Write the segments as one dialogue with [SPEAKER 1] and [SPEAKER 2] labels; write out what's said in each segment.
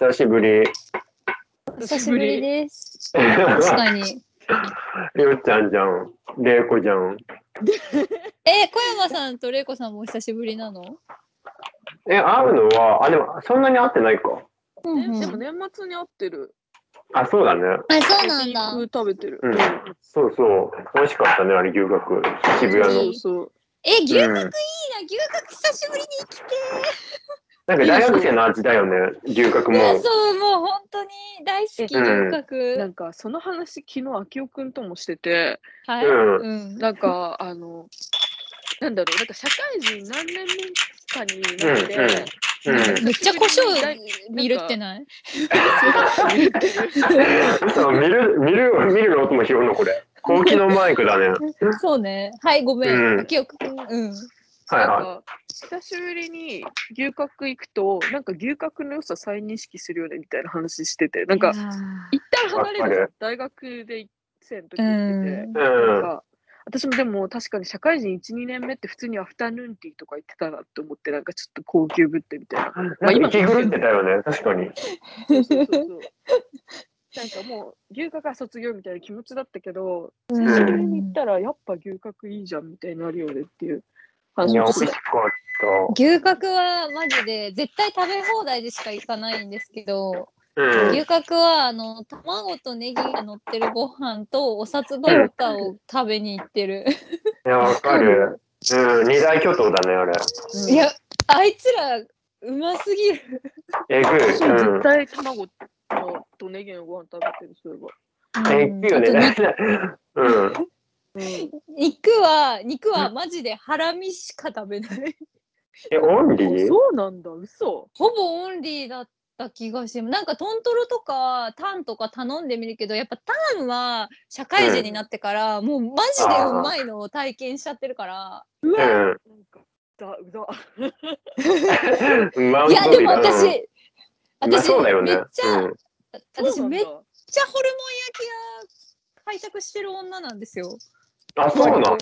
[SPEAKER 1] 久しぶり。
[SPEAKER 2] 久しぶりです。確
[SPEAKER 1] り
[SPEAKER 2] かに。
[SPEAKER 1] ょうちゃんじゃん。れいこじゃん。
[SPEAKER 2] え、小山さんと玲子さんもお久しぶりなの
[SPEAKER 1] え、会うのは、あ、でもそんなに会ってないか。
[SPEAKER 2] う
[SPEAKER 3] ね
[SPEAKER 2] んうん
[SPEAKER 3] でも年末に会ってる。
[SPEAKER 1] あ、そうだね。
[SPEAKER 2] あ、そうなんだ。
[SPEAKER 3] 牛角食べてる。
[SPEAKER 1] うんそうそう。美味しかったね、あれ、牛角。渋谷
[SPEAKER 3] そ
[SPEAKER 1] の
[SPEAKER 3] う。そう。
[SPEAKER 2] え、牛角いいな、
[SPEAKER 1] うん
[SPEAKER 2] 牛角久しぶりに来て。
[SPEAKER 1] なんか大学生の味だよね、牛角も
[SPEAKER 2] いや、。そう、もう本当に大好き、牛
[SPEAKER 1] うん
[SPEAKER 3] な
[SPEAKER 2] 角。
[SPEAKER 3] んかその話昨日明夫くんともしてて、
[SPEAKER 2] はい。
[SPEAKER 1] うん
[SPEAKER 2] うん。
[SPEAKER 3] なんかあのなんだろうなんか社会人何年目かになって、
[SPEAKER 1] うんうんうん。
[SPEAKER 2] めっちゃ胡椒見るって
[SPEAKER 3] な。
[SPEAKER 2] ない
[SPEAKER 1] 嘘見る、見る、見るの音も拾うの、これ。高機能マイクだね。はい
[SPEAKER 2] そうね。はい、ごめ
[SPEAKER 1] うん
[SPEAKER 2] ん。記憶。うん。
[SPEAKER 3] なん
[SPEAKER 1] は
[SPEAKER 3] か久しぶりに牛角行くとなんか牛角の良さ再認識するよねみたいな話しててなんか一旦離れるじゃん大学で一生の時
[SPEAKER 2] う
[SPEAKER 3] 行ってて。
[SPEAKER 2] ん
[SPEAKER 1] い。う
[SPEAKER 3] なん
[SPEAKER 1] ん。
[SPEAKER 3] か私もでも確かに社会人12年目って普通にアフタヌーンティーとか行ってたなって思ってなんかちょっと高級ぶってみたいな。まあ
[SPEAKER 1] なんか
[SPEAKER 3] 今
[SPEAKER 1] 気狂ってたよね、確かに。
[SPEAKER 3] そうそ うそうなんかもう牛角は卒業みたいな気持ちだったけど
[SPEAKER 2] う
[SPEAKER 3] 久しぶりに行っ
[SPEAKER 2] ん
[SPEAKER 3] たらやっぱ牛角いいじゃんみたいになるよねっていう話
[SPEAKER 1] いや、
[SPEAKER 3] を
[SPEAKER 1] 美
[SPEAKER 3] して
[SPEAKER 1] 味しかっ
[SPEAKER 2] 牛角はマジで絶対食べ放題でしか行かないんですけど、
[SPEAKER 1] た。うん。
[SPEAKER 2] 牛角はあの卵とネギが乗ってるご飯とお札バッカを食べに行ってる。
[SPEAKER 1] いや、わかる。うん、二大巨頭だね、あれ。
[SPEAKER 3] うん
[SPEAKER 2] いやあいつらうますぎる。
[SPEAKER 1] え
[SPEAKER 3] そう
[SPEAKER 1] ぐい。うん
[SPEAKER 3] 絶。対卵のとネギのご飯食べてるそういえば。
[SPEAKER 1] えぐいよね。
[SPEAKER 2] あ
[SPEAKER 1] 大
[SPEAKER 2] と
[SPEAKER 1] 体うん。
[SPEAKER 3] うん
[SPEAKER 2] 肉は肉はマジでハラミしか食べない。
[SPEAKER 1] え、オンリ
[SPEAKER 3] あ
[SPEAKER 1] ー
[SPEAKER 3] そうなんだ嘘
[SPEAKER 2] ほぼオンリーだった気がします。なんかトントロとかタンとか頼んでみるけどやっぱタンは社会人になってから、もうマジでうまいのを体験しちゃってるから。
[SPEAKER 3] うわ、
[SPEAKER 1] うん。
[SPEAKER 3] なんかだうざ
[SPEAKER 1] マウ
[SPEAKER 2] い
[SPEAKER 1] ン
[SPEAKER 2] や
[SPEAKER 1] ト
[SPEAKER 2] で
[SPEAKER 1] 取り
[SPEAKER 2] も
[SPEAKER 1] だうんま
[SPEAKER 2] 私、
[SPEAKER 1] あ、
[SPEAKER 2] 私、
[SPEAKER 1] そうだよ
[SPEAKER 2] め
[SPEAKER 1] ね。
[SPEAKER 2] っちゃ、
[SPEAKER 1] うん
[SPEAKER 2] 私
[SPEAKER 3] そうなん
[SPEAKER 2] めっ
[SPEAKER 3] だ
[SPEAKER 2] めっちゃホルモン焼き屋開拓してる女なんですよ。
[SPEAKER 1] あ、そうなの。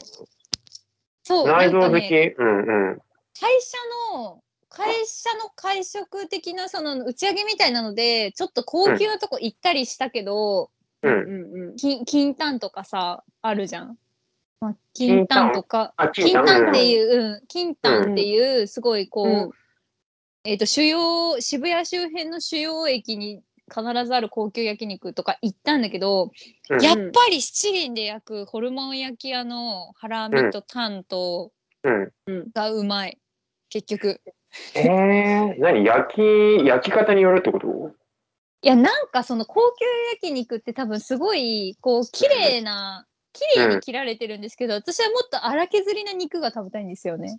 [SPEAKER 2] そう、
[SPEAKER 1] 内臓
[SPEAKER 2] なんか
[SPEAKER 1] 好き。
[SPEAKER 2] ね、
[SPEAKER 1] うんうん。
[SPEAKER 2] 会社の会社の会食的なその打ち上げみたいなのでちょっと高級なとこ行ったりしたけど、
[SPEAKER 1] う
[SPEAKER 3] うん
[SPEAKER 1] ん。
[SPEAKER 3] うん
[SPEAKER 2] き金丹とかさあるじゃん。まあ、金丹とか
[SPEAKER 1] あ、金
[SPEAKER 2] 金
[SPEAKER 1] 丹
[SPEAKER 2] 丹って
[SPEAKER 1] う。
[SPEAKER 2] いう、うん、金丹っていうすごいこう、
[SPEAKER 3] うん
[SPEAKER 2] えっ、と主要渋谷周辺の主要駅に必ずある高級焼肉とか行ったんだけど、
[SPEAKER 1] うん
[SPEAKER 2] やっぱり七輪で焼くホルモン焼き屋のハラミとタンと
[SPEAKER 1] うん。
[SPEAKER 2] がうまい結局
[SPEAKER 1] えー、何焼き、焼き方によるってこと
[SPEAKER 2] いやなんかその高級焼肉って多分すごいこう綺麗な綺麗に切られてるんですけど、私はもっと荒削りな肉が食べたいんですよね。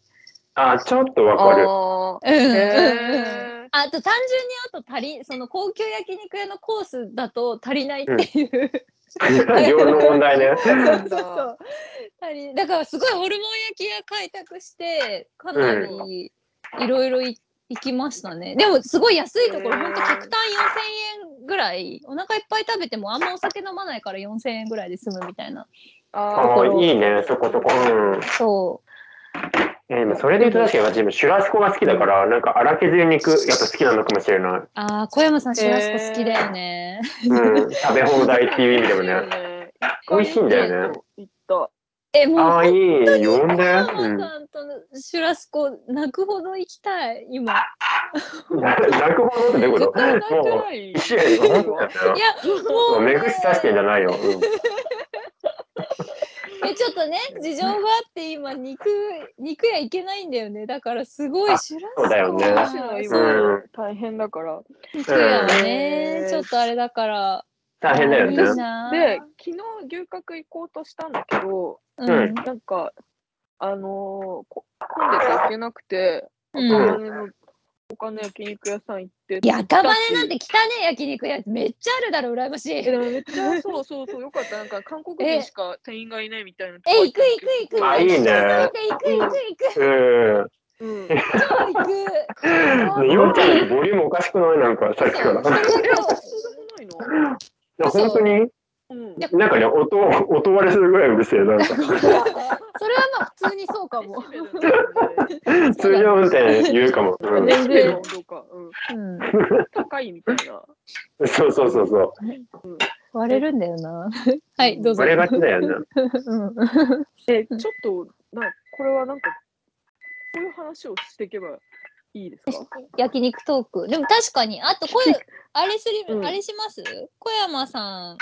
[SPEAKER 1] あ、ちょっと
[SPEAKER 3] あ
[SPEAKER 1] わかる。
[SPEAKER 3] ー
[SPEAKER 2] うんうんうん
[SPEAKER 3] へー
[SPEAKER 2] あと単純にあと足りその高級焼肉屋のコースだと足りないっていう、
[SPEAKER 1] 量の問題ね。
[SPEAKER 2] そうそうそう。足りだからすごいホルモン焼き屋開拓してかなりいろいろい行きましたね。でもすごい安いところ
[SPEAKER 3] へー
[SPEAKER 2] ほんと客単4,000円ぐらいお腹いっぱい食べてもあんまお酒飲まないから4,000円ぐらいで済むみたいな。
[SPEAKER 3] あ
[SPEAKER 1] ああ、
[SPEAKER 3] ー
[SPEAKER 1] いいね、そこそこ。うん。
[SPEAKER 2] そ
[SPEAKER 1] えーでもそれで言うと確かに私もシュラスコが好きだから、なんか荒削り肉、やっぱ好きなのかもしれな
[SPEAKER 2] う。ああ小山さんシュラスコ好きだよね。
[SPEAKER 1] い。うん。食べ放題っていう意味でもね。
[SPEAKER 3] ね。
[SPEAKER 1] 美味しいんだよね。
[SPEAKER 3] 行った。
[SPEAKER 2] えも
[SPEAKER 1] あ
[SPEAKER 2] う
[SPEAKER 1] あ、いい。呼んで。
[SPEAKER 2] 小山さんとシュラスコ泣くほど行きたい今。
[SPEAKER 1] うん。 泣くほどってどういうこともう、
[SPEAKER 3] い
[SPEAKER 1] 一週間本当だよ
[SPEAKER 2] い
[SPEAKER 1] ね
[SPEAKER 2] やもうね
[SPEAKER 1] 目口刺してんじゃないよ。うん
[SPEAKER 2] えちょっとね事情があって今肉肉屋行けないんだよねだからすごい
[SPEAKER 1] あ
[SPEAKER 2] シュラス
[SPEAKER 1] そうだよね
[SPEAKER 2] は
[SPEAKER 1] う
[SPEAKER 3] 今大変だから。
[SPEAKER 2] 肉屋は
[SPEAKER 3] う
[SPEAKER 2] ね
[SPEAKER 3] ん
[SPEAKER 2] ちょっとあれだから
[SPEAKER 1] 大変だよ
[SPEAKER 2] いい
[SPEAKER 1] ね。
[SPEAKER 2] な
[SPEAKER 3] で、昨日牛角行こうとしたんだけど、
[SPEAKER 2] う
[SPEAKER 1] うん
[SPEAKER 2] ん
[SPEAKER 3] なんか、あのーこ混んでて行けなくて、
[SPEAKER 2] うん
[SPEAKER 3] 赤羽の他の焼肉屋さん行って。
[SPEAKER 2] いや赤羽なんて汚い焼肉屋めっちゃあるだろ羨ましい
[SPEAKER 3] え、
[SPEAKER 2] え
[SPEAKER 3] でもめっちゃ、そうそうそう、よかった。なんか韓国人しか店員がいないみたいな。
[SPEAKER 2] 行く行く行く
[SPEAKER 1] あいいね
[SPEAKER 2] 行く行く行く
[SPEAKER 1] うん。
[SPEAKER 3] うん。
[SPEAKER 2] 行く行く超行く
[SPEAKER 1] ね、ようちゃんのボリュームおかしくないなんか、さっきから。
[SPEAKER 2] そう
[SPEAKER 3] え、私そんなことないの
[SPEAKER 1] 本当に
[SPEAKER 3] うん
[SPEAKER 2] いや
[SPEAKER 1] なんかね、音、音割れするぐらいうるせえ、 なんか。
[SPEAKER 4] それはまあ普通にそうか も。
[SPEAKER 1] 通常運転言うかも。う
[SPEAKER 4] ね
[SPEAKER 1] ん、
[SPEAKER 3] レベルの温度か、うん、
[SPEAKER 4] うん、
[SPEAKER 3] 高いみたいな。
[SPEAKER 1] そうそうそうそう。
[SPEAKER 4] 割れるんだよな。
[SPEAKER 2] はい、どうぞ。
[SPEAKER 1] 割れがちだよね。
[SPEAKER 4] うん、
[SPEAKER 3] え、ちょっと、な、これはなんか、こういう話をしていけばいいですか
[SPEAKER 2] 焼肉トーク。でも確かに、あと声、 あれする、
[SPEAKER 3] うん
[SPEAKER 2] あれします小山さん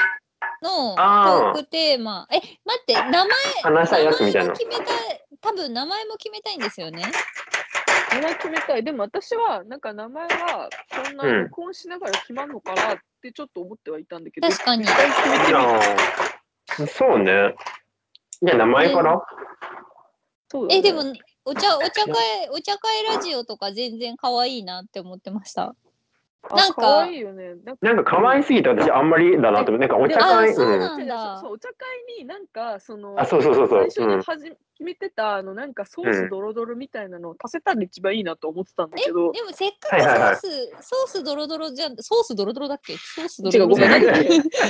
[SPEAKER 2] のト
[SPEAKER 1] あー
[SPEAKER 2] ークテーマ。え、待って、名前、
[SPEAKER 1] 話したいやつみた
[SPEAKER 2] 名
[SPEAKER 1] い
[SPEAKER 2] 前
[SPEAKER 1] な
[SPEAKER 2] も。決めたい、多分名前も決めたいんですよね。
[SPEAKER 3] 名前決めたい。でも私は、なんか名前は、こんな
[SPEAKER 1] うん
[SPEAKER 3] 録音しながら決まるのかなってちょっと思ってはいたんだけど、
[SPEAKER 2] 確かに。
[SPEAKER 3] 一回決めてみる
[SPEAKER 1] あそうね。じゃあ名前から、
[SPEAKER 3] そうだね
[SPEAKER 2] え、でも、お茶、お茶会、お茶会ラジオとか全然可愛いなって思ってました。
[SPEAKER 3] あ
[SPEAKER 2] なんか
[SPEAKER 3] 可愛いよね。なんか
[SPEAKER 1] なんか可愛すぎて私あんまりだなと思って、なんかお茶
[SPEAKER 2] あ
[SPEAKER 1] 会、
[SPEAKER 2] そう
[SPEAKER 1] う
[SPEAKER 2] なん
[SPEAKER 1] ん。
[SPEAKER 2] だ
[SPEAKER 3] そうお茶会になんかその
[SPEAKER 1] あ、そうそうそうそう。
[SPEAKER 3] 最初にはじ、決めてたあのなんかソースドロドロみたいなのを足せたら一番いいなと思ってたんだけど、
[SPEAKER 2] でもせっかくソ
[SPEAKER 1] はいはいは
[SPEAKER 2] ー
[SPEAKER 1] い
[SPEAKER 2] ス、ソースドロドロじゃん、ソースドロドロだっけソースド
[SPEAKER 3] 違
[SPEAKER 2] ロ
[SPEAKER 3] う
[SPEAKER 2] ド
[SPEAKER 3] ご
[SPEAKER 2] ロ
[SPEAKER 3] めん
[SPEAKER 2] じゃな
[SPEAKER 3] ないんだっけ
[SPEAKER 1] う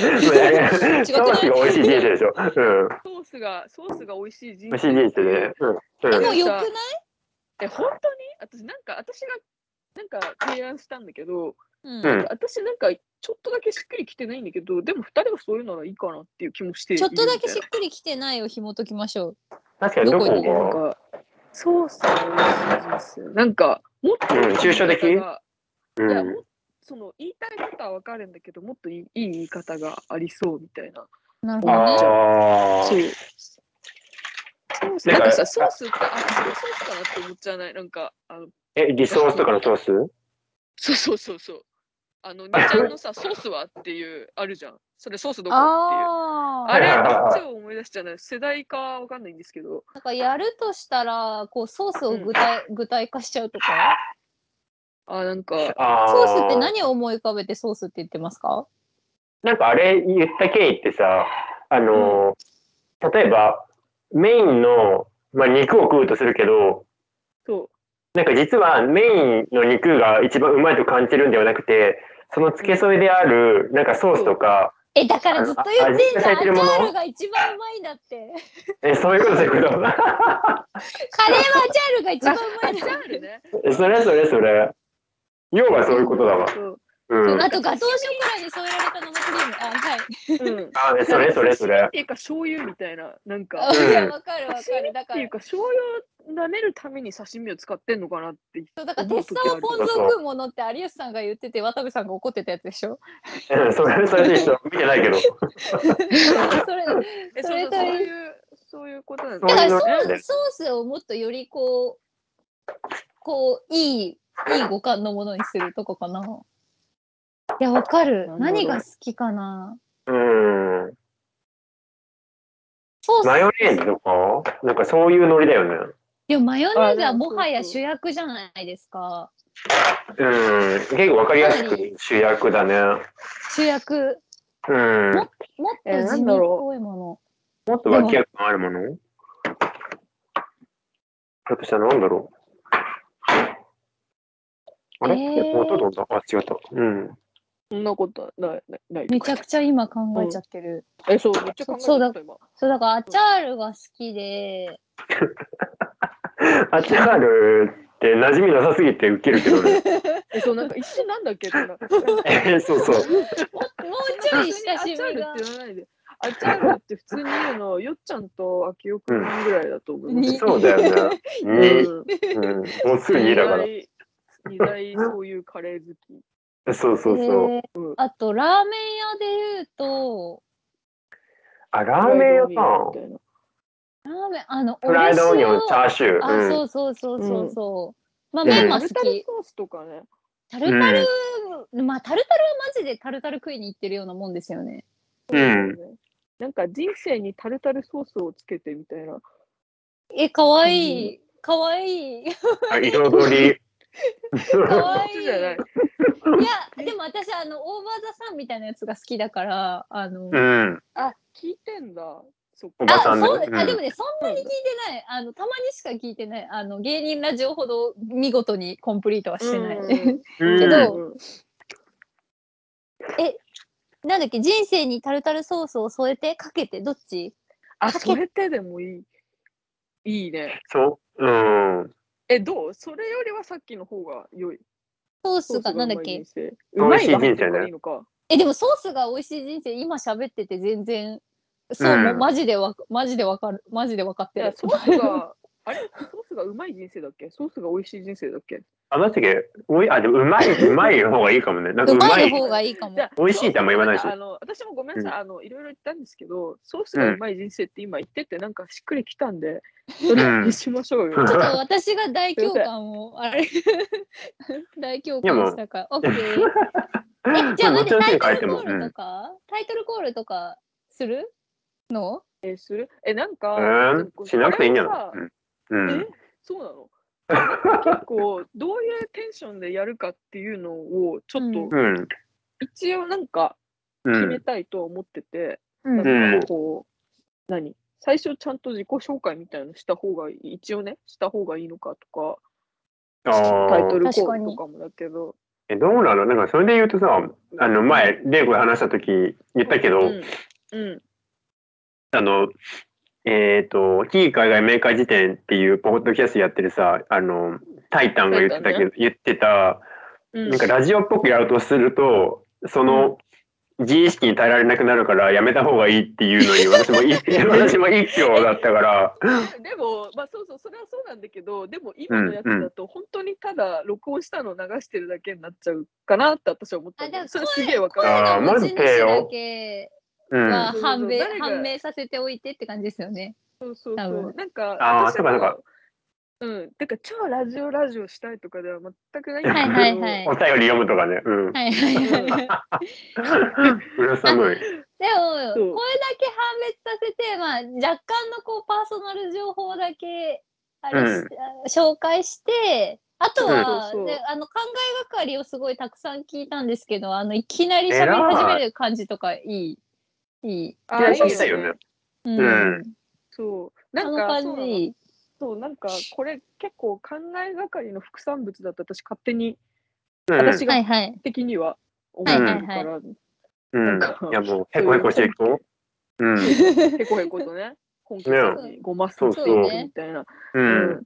[SPEAKER 1] ん。ソースが美味しい人生でしょ。うん。
[SPEAKER 3] ソースがソースが美味しい人
[SPEAKER 1] 美味しい人生で。うん。
[SPEAKER 2] で
[SPEAKER 1] うん
[SPEAKER 2] もよくない
[SPEAKER 3] え本当に私なんか私がなんか提案したんだけど、
[SPEAKER 2] う
[SPEAKER 1] うん
[SPEAKER 3] 私なんかちょっとだけしっくりきてないんだけどでも二人がそういうならいいかなっていう気もしてい
[SPEAKER 2] ちょ
[SPEAKER 3] る
[SPEAKER 2] っ
[SPEAKER 3] み
[SPEAKER 2] と
[SPEAKER 3] たいな
[SPEAKER 2] だけしっくりきてないを紐解きましょう。
[SPEAKER 1] 確かにどこ
[SPEAKER 2] どこ
[SPEAKER 3] なん
[SPEAKER 1] が
[SPEAKER 3] かソースが美味しい人生なんかもっと
[SPEAKER 1] うん抽象的
[SPEAKER 3] 言い方が
[SPEAKER 1] う
[SPEAKER 3] いや
[SPEAKER 1] ん
[SPEAKER 3] も。その言いたいことはわかるんだけどもっといいいい言い方がありそうみたいな
[SPEAKER 2] なるほどね。
[SPEAKER 1] あ
[SPEAKER 3] そう
[SPEAKER 1] だ
[SPEAKER 3] ソースなん
[SPEAKER 1] から
[SPEAKER 3] かさソースってあこれソースかなって思っちゃわないなんかあ
[SPEAKER 1] ー。
[SPEAKER 3] の
[SPEAKER 1] え、リソースとかのソース
[SPEAKER 3] そうそうそうそうあの二ちゃんのさソースはっていうあるじゃんそれソースどこっていう
[SPEAKER 4] あ
[SPEAKER 3] あ
[SPEAKER 4] あ、
[SPEAKER 3] れ、
[SPEAKER 1] はいはいはいはい
[SPEAKER 3] どっちを思い出しちゃうの世代かわかんないんですけど、
[SPEAKER 2] なんかやるとしたら、こうソースを具体、具体化しちゃうとか。
[SPEAKER 3] あ、なんか、
[SPEAKER 1] あ
[SPEAKER 2] ソースって
[SPEAKER 1] ー
[SPEAKER 2] 何を思い浮かべてソースって言ってますか？
[SPEAKER 1] なんかあれ言った経緯ってさ、あのー例えばメインの、まあ、肉を食うとするけど、
[SPEAKER 3] そ
[SPEAKER 1] なんか実はメインの肉が一番うまいと感じるんではなくて、その付け添えであるなんかソースとか、
[SPEAKER 2] え、だからずっと言ってんじゃ
[SPEAKER 1] あのあ味付け
[SPEAKER 2] ん。アチャ
[SPEAKER 1] されてるもの
[SPEAKER 2] ールが一番うまいんだって。
[SPEAKER 1] えそういうことそういうこ
[SPEAKER 2] カレーはアチャールが一
[SPEAKER 3] う。あ、
[SPEAKER 2] 番
[SPEAKER 3] ア
[SPEAKER 2] うまいん
[SPEAKER 3] チ
[SPEAKER 2] だ。
[SPEAKER 3] ャールね。
[SPEAKER 1] とそれそれそれ要はそういうことだわ、
[SPEAKER 3] そう
[SPEAKER 1] うん、あ
[SPEAKER 2] あとガトーショコラに添えられた生クリーム。あ、はい。
[SPEAKER 3] うん。
[SPEAKER 1] それそれそれ
[SPEAKER 3] っていうか、醤油みたいな、なんか
[SPEAKER 2] あ、
[SPEAKER 1] うん
[SPEAKER 2] いやわかるわかる。だ
[SPEAKER 3] っ
[SPEAKER 2] か
[SPEAKER 3] て
[SPEAKER 2] ら
[SPEAKER 3] いう、か、醤油を舐めるために刺身を使ってんのかなって。
[SPEAKER 2] そうだから鉄さんはポン酢を食うものって有吉さんが言ってて渡部さんが怒ってたやつでしょ。
[SPEAKER 1] うんそれそれで一緒見てないけど
[SPEAKER 2] それ
[SPEAKER 3] え、
[SPEAKER 2] そ
[SPEAKER 3] そうそ
[SPEAKER 2] れ
[SPEAKER 3] う、
[SPEAKER 2] と
[SPEAKER 3] そう
[SPEAKER 2] いう
[SPEAKER 3] いう、そういうことなん
[SPEAKER 1] そ
[SPEAKER 2] だ
[SPEAKER 1] う
[SPEAKER 2] か
[SPEAKER 1] い
[SPEAKER 2] ら
[SPEAKER 1] う
[SPEAKER 2] ソ
[SPEAKER 1] のね
[SPEAKER 2] ーソースをもっとよりこう、こう、いい、いい五感のものにするとかかな。いや、わか
[SPEAKER 3] な
[SPEAKER 2] る
[SPEAKER 3] るほ。ど
[SPEAKER 2] 何が好きかな。
[SPEAKER 1] うん
[SPEAKER 2] ソース。
[SPEAKER 1] マヨネーズとかなんかそういうノリだよね
[SPEAKER 2] でもマヨネーズ
[SPEAKER 3] あ
[SPEAKER 2] は
[SPEAKER 3] でも
[SPEAKER 2] もはや
[SPEAKER 3] そうそ
[SPEAKER 2] 主
[SPEAKER 3] う
[SPEAKER 2] 役じゃないですか。
[SPEAKER 1] うん結構わかりやすく主役だね
[SPEAKER 2] 主役。
[SPEAKER 1] うん
[SPEAKER 2] ももっと
[SPEAKER 3] えーな
[SPEAKER 2] 地
[SPEAKER 3] ん
[SPEAKER 2] 味
[SPEAKER 3] だ
[SPEAKER 2] っ
[SPEAKER 3] ろう
[SPEAKER 2] ぽいも
[SPEAKER 1] もっと脇役のあるものひょっとしたらなんだろうあれ、
[SPEAKER 2] えー
[SPEAKER 1] 音どうだあ、違った。うん。
[SPEAKER 3] そんなことない、ない、ない
[SPEAKER 2] の。めちゃくちゃ今考えちゃってる。
[SPEAKER 3] え、そう、めっちゃ考え
[SPEAKER 2] そうだ
[SPEAKER 3] てた今。
[SPEAKER 2] そう、だからアチャールが好きで、
[SPEAKER 1] アチャールって馴染みなさすぎてウケるけど ね。
[SPEAKER 3] え、そう、なんか、一瞬なんだっけってな。
[SPEAKER 1] えーそうそう。
[SPEAKER 2] もうちょい親しみが
[SPEAKER 3] アチャールって言わないで。アチャールって普通に言うの、よっちゃんと秋代くんぐらいだと思います。
[SPEAKER 2] に
[SPEAKER 1] そうだよね。に、
[SPEAKER 3] うん
[SPEAKER 1] うん、本数2だから。
[SPEAKER 3] 二大二大そういうカレー好き。
[SPEAKER 1] そうそうそう。
[SPEAKER 2] えー
[SPEAKER 3] うん
[SPEAKER 2] あと、ラーメン屋で言うと、
[SPEAKER 1] あ、ラーメン屋さん。
[SPEAKER 3] みたいな。
[SPEAKER 2] ラーメン、あの、
[SPEAKER 1] フライドオニオン、
[SPEAKER 2] お
[SPEAKER 1] チャーシュー。
[SPEAKER 2] あ、
[SPEAKER 1] うん。
[SPEAKER 2] そうそうそうそうそう。まあ、
[SPEAKER 1] うん
[SPEAKER 2] メンマ
[SPEAKER 3] タル
[SPEAKER 2] 好
[SPEAKER 3] タル
[SPEAKER 2] き。
[SPEAKER 3] ソースとかね。
[SPEAKER 2] タルタル、まあ、タルタルはマジでタルタル食いに行ってるようなもんですよね。
[SPEAKER 1] うん。
[SPEAKER 3] なんか人生にタルタルソースをつけてみたいな。
[SPEAKER 2] え、かわいい。かわいい。いや、
[SPEAKER 1] あ彩り。
[SPEAKER 2] 可愛
[SPEAKER 3] こ
[SPEAKER 2] い
[SPEAKER 3] っちじゃない。
[SPEAKER 2] でも私、あの、オーバーザさんみたいなやつが好きだから、あ
[SPEAKER 1] う
[SPEAKER 2] の、
[SPEAKER 1] ん。
[SPEAKER 3] あ、聞いてんだ。そっ
[SPEAKER 1] おば
[SPEAKER 2] あ
[SPEAKER 1] さんね。
[SPEAKER 2] そう
[SPEAKER 1] うん
[SPEAKER 2] あでもね、そんなに聞いてない、あの、たまにしか聞いてない、あの、芸人ラジオほど見事にコンプリートはしてない。
[SPEAKER 3] うん
[SPEAKER 1] うん
[SPEAKER 2] けど
[SPEAKER 3] うん
[SPEAKER 2] え、 なんだっけ人生にタルタルソースを添えてかけてどっち
[SPEAKER 3] あ、
[SPEAKER 2] かけ
[SPEAKER 3] それってでもいい。いいね。
[SPEAKER 1] そう。うん。
[SPEAKER 3] え、どうそれよりはさっきの方が良い。
[SPEAKER 2] ソー
[SPEAKER 3] ソ
[SPEAKER 2] ス
[SPEAKER 3] ースが
[SPEAKER 2] がなんだっ
[SPEAKER 3] う
[SPEAKER 2] け
[SPEAKER 3] まい人生うまいが
[SPEAKER 1] 美味し
[SPEAKER 3] 入
[SPEAKER 1] い人生ね
[SPEAKER 3] ってるからいいのか。
[SPEAKER 2] えでもソースが美味しい人生今喋ってて全然そう、
[SPEAKER 1] うん
[SPEAKER 2] もうマジでわかマジでわかるマジでわかっ
[SPEAKER 3] い
[SPEAKER 2] て
[SPEAKER 3] や、
[SPEAKER 2] る
[SPEAKER 3] ソースが、あ れソースがうまい人生だっけソースが美味しい人生だっけ
[SPEAKER 1] あ、だってけ、おい、あ、でもうまい、うまいの方がいいかもね。なんか
[SPEAKER 2] う
[SPEAKER 1] う
[SPEAKER 2] ま
[SPEAKER 1] ま
[SPEAKER 2] い
[SPEAKER 1] い。
[SPEAKER 2] の方がいいかも
[SPEAKER 3] じゃ
[SPEAKER 1] 美味しいとあんま言わないし
[SPEAKER 3] あの私もごめんなさい、あのいろいろ言ったんですけど、ソースがうまい人生って今言ってて、なんかしっくりきたんで、それにしましょうよ。
[SPEAKER 1] うん
[SPEAKER 2] ちょっと私が大共感をあれ 大共感したからオッケーえじゃあ
[SPEAKER 1] まあ
[SPEAKER 2] 待って
[SPEAKER 1] どっち
[SPEAKER 2] タ
[SPEAKER 1] の
[SPEAKER 2] イ
[SPEAKER 1] 手
[SPEAKER 2] ト
[SPEAKER 1] 変え
[SPEAKER 2] ル
[SPEAKER 1] て
[SPEAKER 2] コ
[SPEAKER 1] も
[SPEAKER 2] ールとか、タイトルコールとかするの
[SPEAKER 3] えーするえ、なんか、
[SPEAKER 1] えー、しなくていいんじゃない
[SPEAKER 3] あれはさ
[SPEAKER 1] うん。うん
[SPEAKER 3] えそうなのなんか結構、どういうテンションでやるかっていうのを、ちょっと、
[SPEAKER 1] うん。
[SPEAKER 3] 一応なんか
[SPEAKER 1] う
[SPEAKER 3] 決
[SPEAKER 1] ん
[SPEAKER 3] め。たいとは思ってて、
[SPEAKER 4] うん
[SPEAKER 1] ん
[SPEAKER 3] なんかこう、何最初ちゃんと自己紹介みたいなのした方がいい、一応ね、した方がいいのかと
[SPEAKER 1] あ
[SPEAKER 3] か、タイト
[SPEAKER 1] ー
[SPEAKER 3] ルコー
[SPEAKER 2] 確か
[SPEAKER 3] ルと
[SPEAKER 2] に
[SPEAKER 3] かもだけど、
[SPEAKER 1] えどうなのなんかそれで言うとさ、あの前、レイコが話した時言ったけど、
[SPEAKER 3] うん、うん
[SPEAKER 1] あの、えっ、と、非海外メーカー辞典っていうポッドキャストやってるさ、あの、タイタンが言ってたけど、言ってた、
[SPEAKER 3] うん
[SPEAKER 1] なんかラジオっぽくやろうとすると、その、自意識に耐えられなくなるからやめた方がいいっていう のに私も一私も一票だったから
[SPEAKER 3] でも、まあ、そうそう、それはそうなんだけど、でも今のやつだと、本当にただ録音したのを流してるだけになっちゃうかなって私は思ったんだよ
[SPEAKER 2] あでも
[SPEAKER 3] それすげえわか
[SPEAKER 2] 声
[SPEAKER 3] る。
[SPEAKER 1] あ
[SPEAKER 2] の
[SPEAKER 1] ー
[SPEAKER 2] 持
[SPEAKER 1] 待
[SPEAKER 2] ち主
[SPEAKER 1] ってよ
[SPEAKER 2] だけ
[SPEAKER 1] うん
[SPEAKER 2] は
[SPEAKER 1] あ
[SPEAKER 3] うん
[SPEAKER 2] 判明、
[SPEAKER 3] 誰が
[SPEAKER 2] 判明させておいてって感じですよね
[SPEAKER 3] そうそう
[SPEAKER 2] 多
[SPEAKER 3] そう
[SPEAKER 2] 分。
[SPEAKER 3] なんか、
[SPEAKER 1] あー
[SPEAKER 3] 私
[SPEAKER 1] そうかそうか
[SPEAKER 3] もうん、だから超ラジオラジオしたいとかでは全くないん
[SPEAKER 1] は
[SPEAKER 3] だけ
[SPEAKER 1] い
[SPEAKER 3] ど、
[SPEAKER 2] はいはい
[SPEAKER 1] お便り読むとかねうん、
[SPEAKER 2] はいはいはいはい
[SPEAKER 1] うん寒 い
[SPEAKER 2] で
[SPEAKER 3] そう
[SPEAKER 2] も、これだけ判別させて、まあ、若干のこうパーソナル情報だけあれし、あ紹介して、あとは、
[SPEAKER 3] うんそうそう
[SPEAKER 2] であの考えがかりをすごいたくさん聞いたんですけど、あのいきなり喋り始める感じとかいい。いい。
[SPEAKER 3] あ
[SPEAKER 1] いや
[SPEAKER 3] ー
[SPEAKER 1] いいですよね。
[SPEAKER 2] う
[SPEAKER 1] うん
[SPEAKER 3] そう。
[SPEAKER 2] あ
[SPEAKER 3] なん
[SPEAKER 2] の
[SPEAKER 3] か、そう
[SPEAKER 2] 感
[SPEAKER 3] なの
[SPEAKER 2] じいい。
[SPEAKER 3] そうなんかこれ結構考えがかりの副産物だと私勝手に
[SPEAKER 1] うん
[SPEAKER 3] 私
[SPEAKER 2] は
[SPEAKER 3] が
[SPEAKER 2] いはい。
[SPEAKER 3] 的には思っ
[SPEAKER 1] は
[SPEAKER 3] て
[SPEAKER 1] い
[SPEAKER 3] る
[SPEAKER 1] はい
[SPEAKER 2] はい
[SPEAKER 3] から、
[SPEAKER 1] うんいやもうへこへこしていこううん
[SPEAKER 3] へこへことね、 本気さにごまっす
[SPEAKER 1] そう
[SPEAKER 3] ぐ
[SPEAKER 1] そう
[SPEAKER 3] みたいな。
[SPEAKER 1] う
[SPEAKER 3] うんん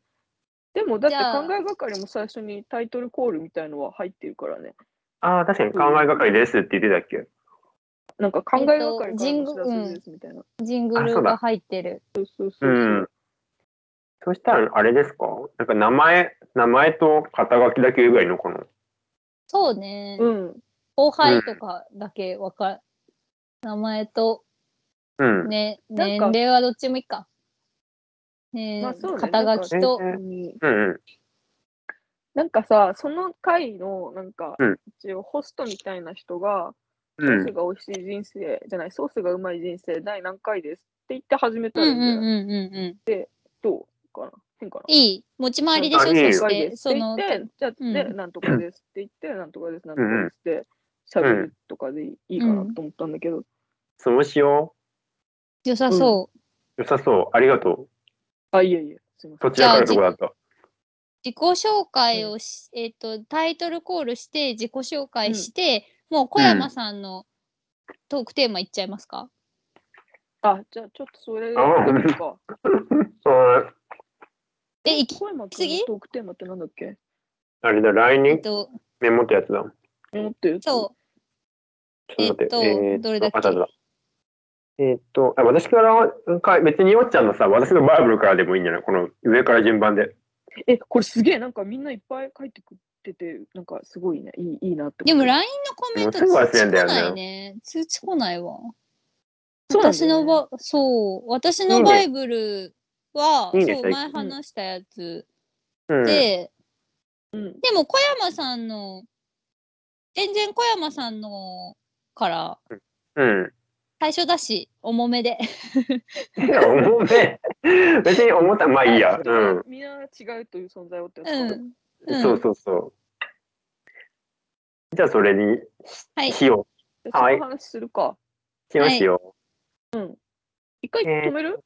[SPEAKER 3] でもだって
[SPEAKER 2] じゃあ
[SPEAKER 3] 考えがかりも最初にタイトルコールみたいのは入ってるからね。
[SPEAKER 1] ああ、確かに考えがかりですって言ってたっけ、
[SPEAKER 3] なんか考えがかりから
[SPEAKER 2] えっ
[SPEAKER 3] の
[SPEAKER 2] と
[SPEAKER 3] 知らせですみたいな。
[SPEAKER 2] ジング
[SPEAKER 1] あ
[SPEAKER 2] ル
[SPEAKER 1] そうだ
[SPEAKER 2] が入ってる。
[SPEAKER 3] そうそうそうう。
[SPEAKER 1] ん。そしたら、あれですかなんか名前、名前と肩書きだけ言えばいいのかな
[SPEAKER 2] そうね。
[SPEAKER 3] うん。
[SPEAKER 2] 後輩とかだけわかる。名前と
[SPEAKER 1] うん。
[SPEAKER 2] ね、
[SPEAKER 3] なん
[SPEAKER 2] 年
[SPEAKER 3] か
[SPEAKER 2] 齢はどっちもいいか。ね、
[SPEAKER 3] まあそうね
[SPEAKER 2] 肩書きと
[SPEAKER 1] なんか、うんうん。
[SPEAKER 3] なんかさ、その回のなんか
[SPEAKER 1] うん
[SPEAKER 3] 一応ホストみたいな人が、ソ
[SPEAKER 1] う
[SPEAKER 3] ー
[SPEAKER 1] ん
[SPEAKER 3] ス。が美味しい人生じゃない、ソースがうまい人生第何回ですって言って始めた
[SPEAKER 2] うん
[SPEAKER 3] ら
[SPEAKER 2] う
[SPEAKER 3] いいん
[SPEAKER 2] ん
[SPEAKER 3] じゃない、
[SPEAKER 2] うんうんうん。
[SPEAKER 3] どうかな変かない
[SPEAKER 2] い、持ち回りでしょ、
[SPEAKER 1] あ
[SPEAKER 2] そ
[SPEAKER 1] いいよ
[SPEAKER 2] し
[SPEAKER 3] 回
[SPEAKER 2] て、
[SPEAKER 3] です
[SPEAKER 2] そ
[SPEAKER 3] って言
[SPEAKER 2] の
[SPEAKER 3] っ、て、じゃあ、
[SPEAKER 2] うん
[SPEAKER 3] で、なんとかですって言って、なんとかです、なんと
[SPEAKER 1] うん
[SPEAKER 3] かですって、喋るとかでいいかなと思ったんだけど、
[SPEAKER 1] そうしよ
[SPEAKER 2] 良さそう。
[SPEAKER 1] う。良さそう。ありがとう。
[SPEAKER 3] あ、いえいえ、すみません。
[SPEAKER 1] そちらからのとこだった。
[SPEAKER 2] 自己紹介をし、えっ、と、タイトルコールして、自己紹介して、もう小山さんのトークテーマいっちゃいますか、
[SPEAKER 3] あ、じゃあ、ちょっとそれ
[SPEAKER 1] あ
[SPEAKER 3] やってみるか。
[SPEAKER 1] そう
[SPEAKER 2] で、いき、
[SPEAKER 3] 小山君
[SPEAKER 2] 次
[SPEAKER 3] のトークテーマってなんだっけ
[SPEAKER 1] あれだ、
[SPEAKER 2] え
[SPEAKER 1] LINE
[SPEAKER 2] っ
[SPEAKER 1] に
[SPEAKER 2] と、
[SPEAKER 1] メモったやつだ。
[SPEAKER 3] メモってる
[SPEAKER 2] そう、
[SPEAKER 1] ちょっと待って。
[SPEAKER 2] えっと
[SPEAKER 1] えー
[SPEAKER 2] どれだっけ
[SPEAKER 1] あったあったえーっと、あ私からか、別によっちゃんのさ、私のバイブルからでもいいんじゃないこの上から順番で。
[SPEAKER 3] え、これすげえ、なんかみんないっぱい書いてくれてて、なんかすごいね、いいいいなって。
[SPEAKER 2] でも LINE のコメント通
[SPEAKER 1] もうすぐ忘
[SPEAKER 2] 知
[SPEAKER 1] れんだよ
[SPEAKER 2] 来
[SPEAKER 1] ね
[SPEAKER 2] ないね。通知来ないわ。
[SPEAKER 3] そうなんだ
[SPEAKER 2] 私
[SPEAKER 3] よ
[SPEAKER 2] の
[SPEAKER 3] ね
[SPEAKER 2] ば、そう、私
[SPEAKER 1] いい
[SPEAKER 2] の
[SPEAKER 1] ね
[SPEAKER 2] バイブルは、
[SPEAKER 1] いいね
[SPEAKER 2] そう、
[SPEAKER 1] 最
[SPEAKER 2] 前
[SPEAKER 1] 近
[SPEAKER 2] 話したやつ
[SPEAKER 1] うん。
[SPEAKER 2] で、
[SPEAKER 3] うん。
[SPEAKER 2] でも小山さんの、全然小山さんのから、
[SPEAKER 1] うん。
[SPEAKER 2] 最初だし、重めで。
[SPEAKER 1] 重 め。別に重た、まあいいや。うん。
[SPEAKER 3] みんな違うという存在をってやつ
[SPEAKER 2] う
[SPEAKER 3] か
[SPEAKER 2] ん。うん
[SPEAKER 1] そうそうそう。じゃあそれに
[SPEAKER 2] はい。
[SPEAKER 1] しよ
[SPEAKER 3] じゃあその話するか。
[SPEAKER 1] う。しよう
[SPEAKER 2] はい
[SPEAKER 1] しよ
[SPEAKER 3] 一回止める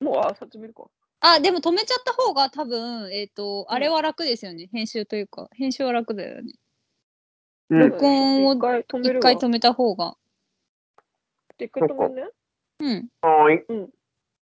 [SPEAKER 3] もう、あ、始めるか。
[SPEAKER 2] あ、でも止めちゃった方が多分、えっ、と、あれは楽ですよね。編集というか、編集は楽だよね。
[SPEAKER 1] う。うん
[SPEAKER 3] だ
[SPEAKER 2] 録音を
[SPEAKER 3] から一回止め
[SPEAKER 2] 一
[SPEAKER 3] るわ
[SPEAKER 2] 回止めた方が。
[SPEAKER 1] 結果ともね。
[SPEAKER 5] うん。
[SPEAKER 3] はーい。
[SPEAKER 1] うん